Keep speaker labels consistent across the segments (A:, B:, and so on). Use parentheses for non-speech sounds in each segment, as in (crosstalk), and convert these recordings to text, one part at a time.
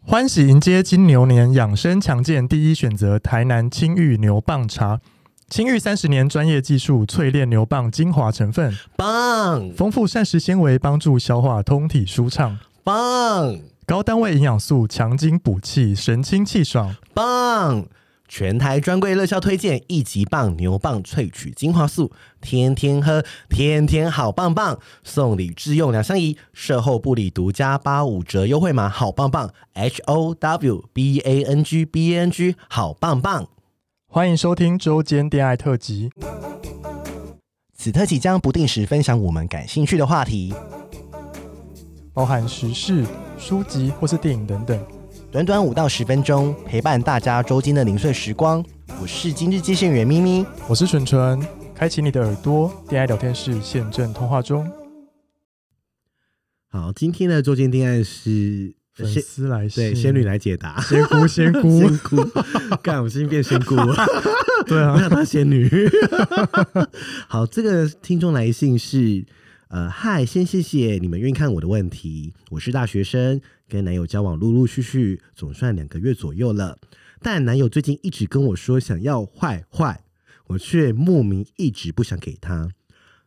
A: 欢喜迎接金牛年，养生强健第一选择，台南青玉牛蒡茶。青玉三十年专业技术淬炼牛蒡精华成分，
B: 棒
A: 丰富膳食纤维，帮助消化通体舒畅；
B: 棒
A: 高单位营养素，强筋补气，神清气爽。
B: 棒！全台专柜热销推荐一级棒牛蒡萃取精华素，天天喝，天天好棒棒！送礼自用两相宜，售后部里独家八五折优惠码，好棒棒！H O W B A N G B A N G，好棒棒！
A: 欢迎收听周间恋爱特辑，
B: 此特辑将不定时分享我们感兴趣的话题，
A: 包含时事、书籍或是电影等等。
B: 短短五到十分钟，陪伴大家周间的零碎时光。我是今日接线员咪咪，
A: 我是纯纯，开启你的耳朵，恋爱聊天室现正通话中，
C: 好，今天的周间恋爱是呃
A: 粉
C: 仙
A: 丝来信，
C: 对仙女来解答，
A: 仙姑仙姑，(laughs)
C: 仙姑，干我心变仙姑了，
A: 对
C: 我
A: 啊，
C: 想当仙女。 (laughs) 好，这个听众来信是。呃，嗨，先谢谢你们愿意看我的问题。我是大学生，跟男友交往陆陆续续，总算两个月左右了。但男友最近一直跟我说想要坏坏，我却莫名一直不想给他。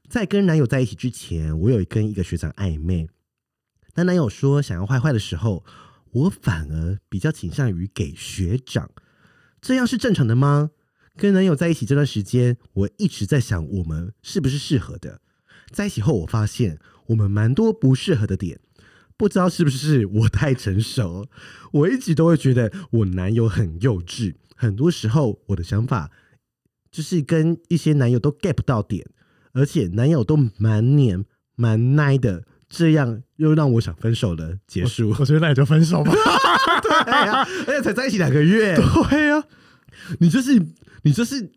C: 在跟男友在一起之前，我有跟一个学长暧昧。当男友说想要坏坏的时候，我反而比较倾向于给学长，这样是正常的吗？跟男友在一起这段时间，我一直在想我们是不是适合的。在一起后，我发现我们蛮多不适合的点，不知道是不是我太成熟。我一直都会觉得我男友很幼稚，很多时候我的想法就是跟一些男友都 get 不到点，而且男友都蛮黏蛮奶的，这样又让我想分手了。结束。
A: 我觉得那你就分
C: (laughs)
A: 手吧。
C: 哎呀，而且才在一起两个月，
A: 对
C: 啊
A: 呀、
C: 你就是你就是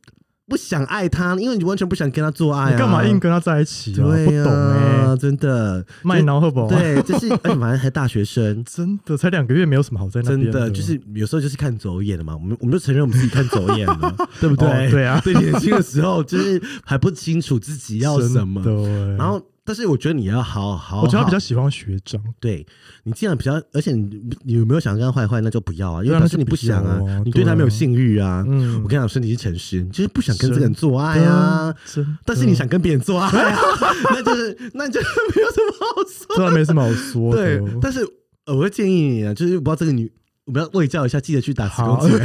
C: 不想爱他，因为你完全不想跟他做爱、啊，
A: 你干嘛硬？跟他在一起、啊？
C: 对
A: 不懂哎、
C: 啊，真的
A: 卖挠好不好？，，
C: 对，就是而且反正还大学生
A: 真的才两个月，没有什么好 (laughs) 在那边
C: 真的就是有时候就是看走眼了嘛。我们我们就承认我们自己看走
A: (laughs)
C: 眼了，对不
A: 哦
C: 对？
A: 对啊
C: 对，年轻的时候就是还不清楚自己要什么，
A: 真的欸
C: 然后。哦但是我觉得你要好好，
A: 我觉得他比较
C: 好
A: 喜欢学长，
C: 对你既然比较，而且你你有没有想跟他坏坏，那就不要啊，因
A: 对
C: 为
A: 啊
C: 表示你
A: 那就
C: 不
A: 不要
C: 想啊，
A: 啊
C: 你对
A: 对
C: 他没有
A: 啊
C: 性欲啊。
A: 嗯
C: 我跟你讲，身体是诚实，你就是不想跟这个人做爱啊。
A: 真的，
C: 但是你想跟别人做爱、啊， (laughs) 那就是 (laughs) 那就是没有什么好说。
A: 这还没什么好说的，
C: 对，但是呃我会建议你啊，就是我不知道这个女，我们要喂教一下，记得去打子宫
A: 好
C: 颈癌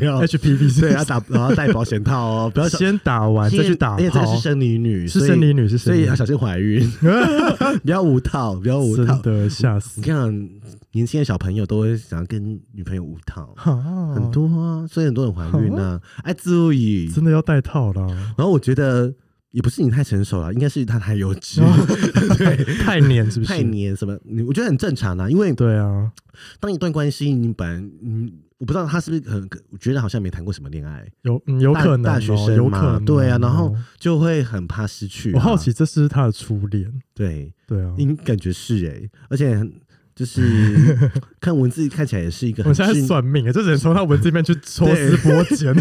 A: (laughs)
C: 苗，
A: HPV 是
C: 哦对，啊要打，然后戴保险套哦，不要小
A: 先打完再去打
C: 因为哎这个
A: 炮，
C: 是生理女，
A: 是
C: 所以
A: 生理女是生
C: 所
A: 理
C: 以
A: 女
C: 要小心怀孕， (laughs) 不要无套，不要无套
A: 真。的吓死
C: 你，看，嗯年轻的小朋友都会想要跟女朋友无套，
A: 哦
C: 很
A: 很
C: 多啊，所以很多人怀孕
A: 哦
C: 啊，哎，注意，
A: 啊真的要戴套啦，
C: 然后我觉得也不是你太成熟了，应该是他太幼
A: (laughs)
C: 稚，对，
A: 太黏哦是不是？
C: 太黏什么，你我觉得很正常啦、因为
A: 对啊，
C: 当一段关系，你本来嗯，我不知道他是不是很，我觉得好像没谈过什么恋爱，
A: 有嗯有可能哦
C: 大大学生
A: 有
C: 嘛
A: 可能哦，
C: 对啊然后就会很怕失去、啊
A: 我好，奇这是他的初恋，
C: 对，
A: 对啊，
C: 应感觉是哎、而且很就是
A: (laughs)
C: 看文字看起来也是一个
A: 我
C: 很
A: 现在
C: 稚，
A: 算命欸，就只能从他文字里面去抽丝剥
C: (laughs)
A: 茧，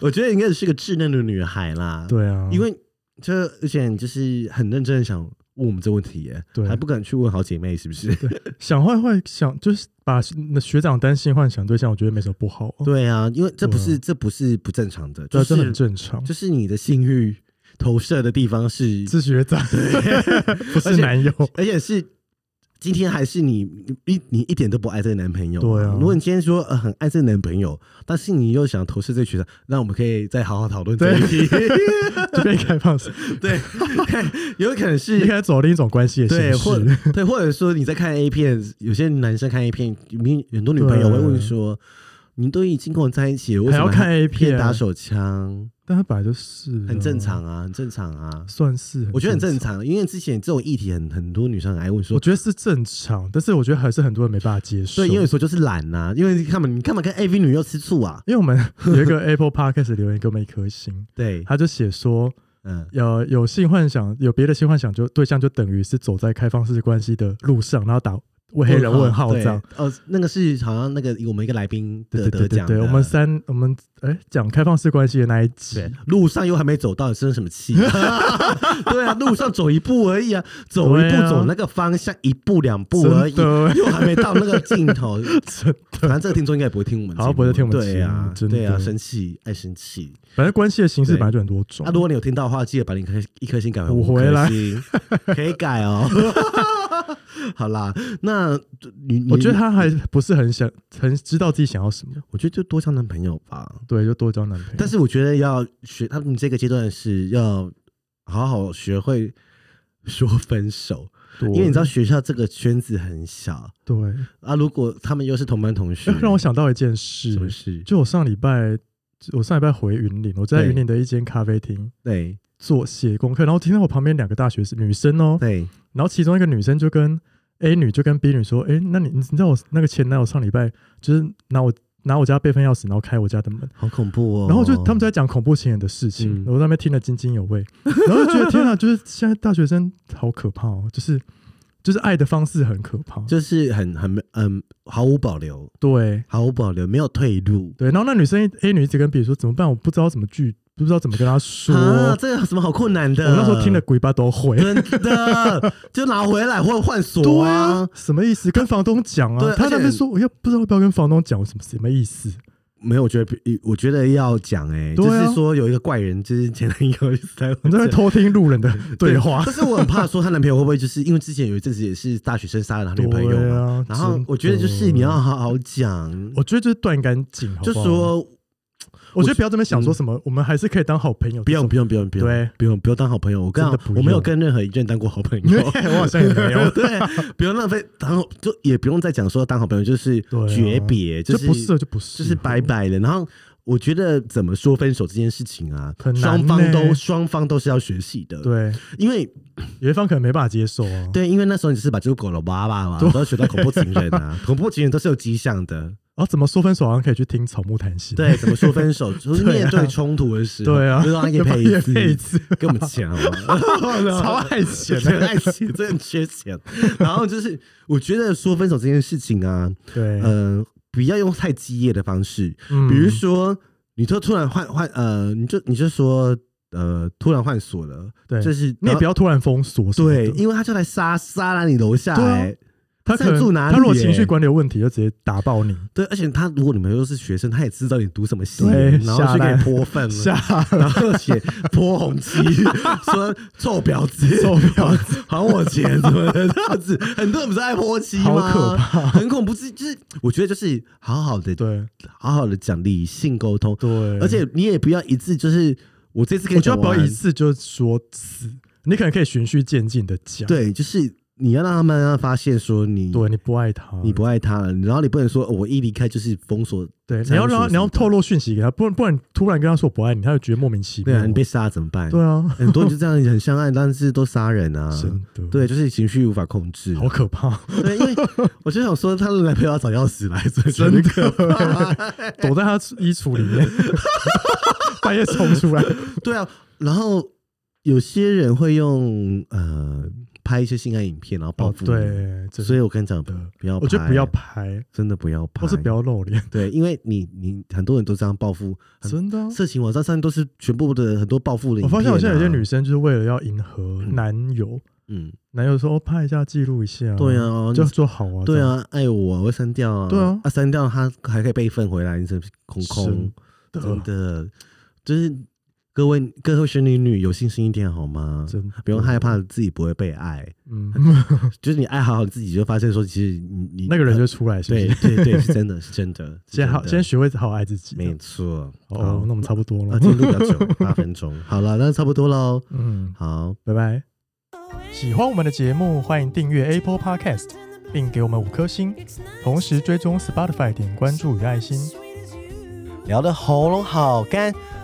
C: 我觉得应该是个稚嫩的女孩啦，
A: 对啊，
C: 因为这而且你就是很认真的想问我们这问题耶，
A: 对
C: 还不敢去问好姐妹是不是？
A: 想坏坏想就是把那学长担心换想对象，我觉得没什么不好啊，
C: (laughs) 对啊，因为这不
A: 对
C: 是这不是不正常的，
A: 对
C: 就
A: 啊，这很
C: 是
A: 正常。
C: 就是你的性欲投射的地方是，
A: 是学长， (laughs) 不
C: 而
A: 是
C: 且
A: 男友，
C: 而且是今天还是你你一你一点都不爱这个男朋友。
A: 对啊
C: 如果你今天说呃很爱这个男朋友，但是你又想投射这个学生，那我们可以再好好讨论这一题。 (laughs)
A: 就变开放式，
C: 对， (laughs) 有可能
A: 应 (laughs)
C: 是。
A: 该走另一种关系的
C: 对，
A: 形
C: 或 (laughs)
A: 式。
C: 对，或者说你在看 A 片，有些男生看 A 片，你很多女朋友会问说：“你都已经跟我在一起了，为
A: 还
C: 什
A: 要
C: 么
A: 看 A 片
C: 还打手枪？”
A: 但他本来就是啊
C: 很正，常啊，很正常啊，
A: 算是
C: 我觉得很正。常，因为之前这种议题很很多女生很爱问
A: 我
C: 说，
A: 觉得是正常，但是我觉得还是很多人没办法接受。
C: 对，因为说就是懒呐、啊，因为你干嘛你干嘛跟 AV 女优吃醋啊？
A: 因为我们有一个 Apple Podcast 留言给我们一颗星，
C: 对，
A: 他就写说，
C: 嗯，
A: 呃有有性幻想，有别的性幻想就对象就等于是走在开放式关系的路上，然后打为黑人问号这样。
C: 对。哦，那个是好像那个我们一个来宾
A: 对
C: 得
A: 对
C: 得
A: 对
C: 奖的，
A: 对，我们三我们哎讲开放式关系的那一集
C: 对，路上又还没走到，你生什么气？ (laughs) 对啊，路上走一步而已啊，走一步
A: 对啊
C: 走那个方向，一步两步而已
A: 真的，
C: 又还没到那个尽头。
A: (laughs) 真
C: 反正这个听众应该也不会听我们节目，
A: 好不会听我们
C: 对啊，
A: 节目真的
C: 对啊，生气爱生气。啊
A: 反正关系的形式本来就很多种
C: 那、。如果你有听到的话，记得把你一颗一颗心改回
A: 补
C: 五
A: 回
C: 颗
A: 来
C: 星，可以
A: (laughs)
C: 改哦。好啦，那你你
A: 我觉得他还不是很想很知道自己想要什么，
C: 我觉得就多交男朋友吧。
A: 对，就多交男朋友。
C: 但是我觉得要学，他们这个阶段是要好好学会说分手，
A: 对
C: 因为你知道学校这个圈子很小
A: 对，哎
C: 啊。如果他们又是同班同学，
A: 让我想到一件事，
C: 什么事？
A: 就我上礼拜，我上礼拜回云林，我在
C: 对
A: 云林的一间咖啡厅
C: 对
A: 做写功课，然后听到我旁边两个大学生女生哦、
C: 对，
A: 然后其中一个女生就跟 A 女就跟 B 女说：“哎、那你你知道我那个前男友上礼拜就是拿我拿我家备份钥匙，然后开我家的门，
C: 好恐怖哦。
A: 然后就他们在讲恐怖情人的事情，
C: 嗯
A: 我在那边听得津津有味，然后就觉得天啊， (laughs) 就是现在大学生好可怕哦，就是就是爱的方式很可怕，
C: 就是很很嗯，毫无保留，
A: 对
C: 毫无保留，没有退路。
A: 对。然后那女生 A 女一直跟 B 说怎么办，我不知道怎么拒，不知道怎么跟她说。
C: 啊，这个有什么好困难的？啊
A: 我那时候听的鬼巴都会。
C: 真的就拿回来或者换锁
A: 对啊，什么意思？跟房东讲
C: 对
A: 啊，他
C: 而且
A: 那边说，我要不知道要不要跟房东讲，我什么什么意思？
C: 没有，我觉得我觉得要讲哎、就
A: 对啊
C: 是说有一个怪人，就是前男友一直在
A: 你在那边偷听路人的对话，
C: 但是我很怕说她男朋友会不会就是因为之前有一阵子也是大学生杀了她女朋友
A: 对
C: 嘛，
A: 啊
C: 然后
A: 真
C: 我觉得就是
A: 的
C: 你要好好讲，
A: 我觉得就是断干净，好不
C: 就
A: 好
C: 说
A: 我觉得不要这么想说什么，我们还是可以当好朋友。
C: 嗯不用不用不用不用，
A: 对
C: 不用不用当好朋友，我跟你
A: 真的
C: 讲
A: 不
C: 我没有
A: 用
C: 跟任何一任当过好朋
A: 因为 (laughs)
C: 友。，
A: 我好像也没有
C: (laughs) 对，不用浪费，然后就也不用再讲说当好朋友就是
A: 对啊
C: 诀别，
A: 就是不适合就不适合，
C: 就是拜拜了。然后我觉得怎么说分手这件事情啊，
A: 很难
C: 双方
A: 呢
C: 都双方都是要学习的。，
A: 对，
C: 因为
A: 有一方可能没办法接受啊。
C: 对，因为那时候你只是把这个狗了娃娃嘛，都要学到恐怖情人
A: (laughs)
C: 啊，恐怖情人都是有迹象的。
A: 然啊后怎么说分手，好像可以去听草木谈心。
C: 对，怎么说分手，就是
A: 对啊
C: 面对冲突的时候，
A: 对啊，
C: 就让他给配
A: 也
C: 一
A: 配一
C: 次，
A: 次，啊
C: 给我们
A: (laughs)
C: 钱好吗？
A: (laughs)
C: (laughs)
A: 超爱钱
C: 真
A: 的。
C: 爱钱，真的缺钱。然后就是，我觉得说分手这件事情啊，
A: 对，
C: 嗯、不要用太激烈的方式，
A: 嗯
C: 比如说，你就突然换换呃，你就你就说呃，突然换锁了，
A: 对
C: 就是
A: 你也不
C: 要
A: 要突然封锁什么的。
C: 对，因为他就来杀杀了你楼下、
A: 对啊
C: 欸，
A: 他可
C: 在
A: 能
C: 住哪里
A: 他如果情
C: 耶
A: 绪管理有问题，就直接打爆你。
C: 对，而且他如果你们又是学生，他也知道你读什么系，
A: 对
C: 然后
A: 下
C: 去给
A: 来
C: 你泼粪
A: 下
C: 了。然后写泼红
A: (laughs)
C: 漆，说臭婊子，
A: 臭婊
C: 子，还我钱什么的，这样子，很多人不是爱泼漆吗？
A: 好可怕
C: 很恐怖。是就是，我觉得就是好好的，
A: 对
C: 好好的讲理性沟通，
A: 对，
C: 而且你也不要一次就是我这次
A: 我
C: 跟你
A: 觉
C: 讲
A: 得不要
C: 完，
A: 一次就说死，你可能可以循序渐进的讲。
C: 对，就是你要让他们让他发现说你
A: 对，啊你不爱他，
C: 你不爱他了，然后你不能说、哦我一离开就是封锁，
A: 对，你
C: 才
A: 要
C: 会
A: 让
C: 说
A: 他你
C: 什
A: 要
C: 么
A: 透露讯息给他，不然不然突然跟他说我不爱你，他就觉得莫名其
C: 对
A: 妙
C: 啊，。你被杀怎么办？
A: 对啊，
C: 很多人就这样很相爱，但是都杀人啊，
A: 真的，
C: 对，就是情绪无法控制，
A: 好可
C: (laughs)
A: 怕，
C: 对，因
A: (laughs)
C: 为我就想说她的男朋友要找钥匙来，所以真的，
A: 躲在他衣橱里
C: (laughs)
A: 面，半夜冲出来，
C: 对啊，然后有些人会用呃拍一些性爱影片，然后报
A: 哦，
C: 复、
A: 对，
C: 你，
A: 真
C: 所以我跟你讲，
A: 的，
C: 不要，
A: 我觉得不要。拍，
C: 真的不要拍，
A: 或是不要露脸，
C: 对，因为你你很多人都这样报复，很
A: 真的啊。
C: 色情网站上面都是全部的很多报复的、啊
A: 我发现好像有些女，生就是为了要迎合男友，
C: 嗯，
A: 男友说哦拍一下记录一下，
C: 对，啊，
A: 就
C: 就
A: 说好啊，
C: 对
A: 这样，
C: 啊，爱我我会删掉啊，
A: 对啊
C: 啊删掉它还可以备份回来，你是不是空空，
A: 真
C: 真
A: 的
C: 的，就是各位各位神女女有信心一点好吗？
A: 呃真的
C: 不用害，怕自己不会被爱，
A: 嗯，
C: 就是你爱好好自己，就发现说其实你你
A: 那个人就出来，是不
C: 对
A: 是？
C: 对对，是真的是真的，是
A: 先好，
C: 真的
A: 先学会好好爱自己。
C: 没错，
A: 哦，那我们差不多
C: 啊，
A: 了，
C: 今天录比较久，八分钟。好了，那差不多喽。
A: (laughs) 嗯，
C: 好，
A: 拜拜。喜欢我们的节目，欢迎订阅 Apple Podcast，并给我们五颗星，同时追踪 Spotify 点关注与爱心。
B: 聊得喉咙好干。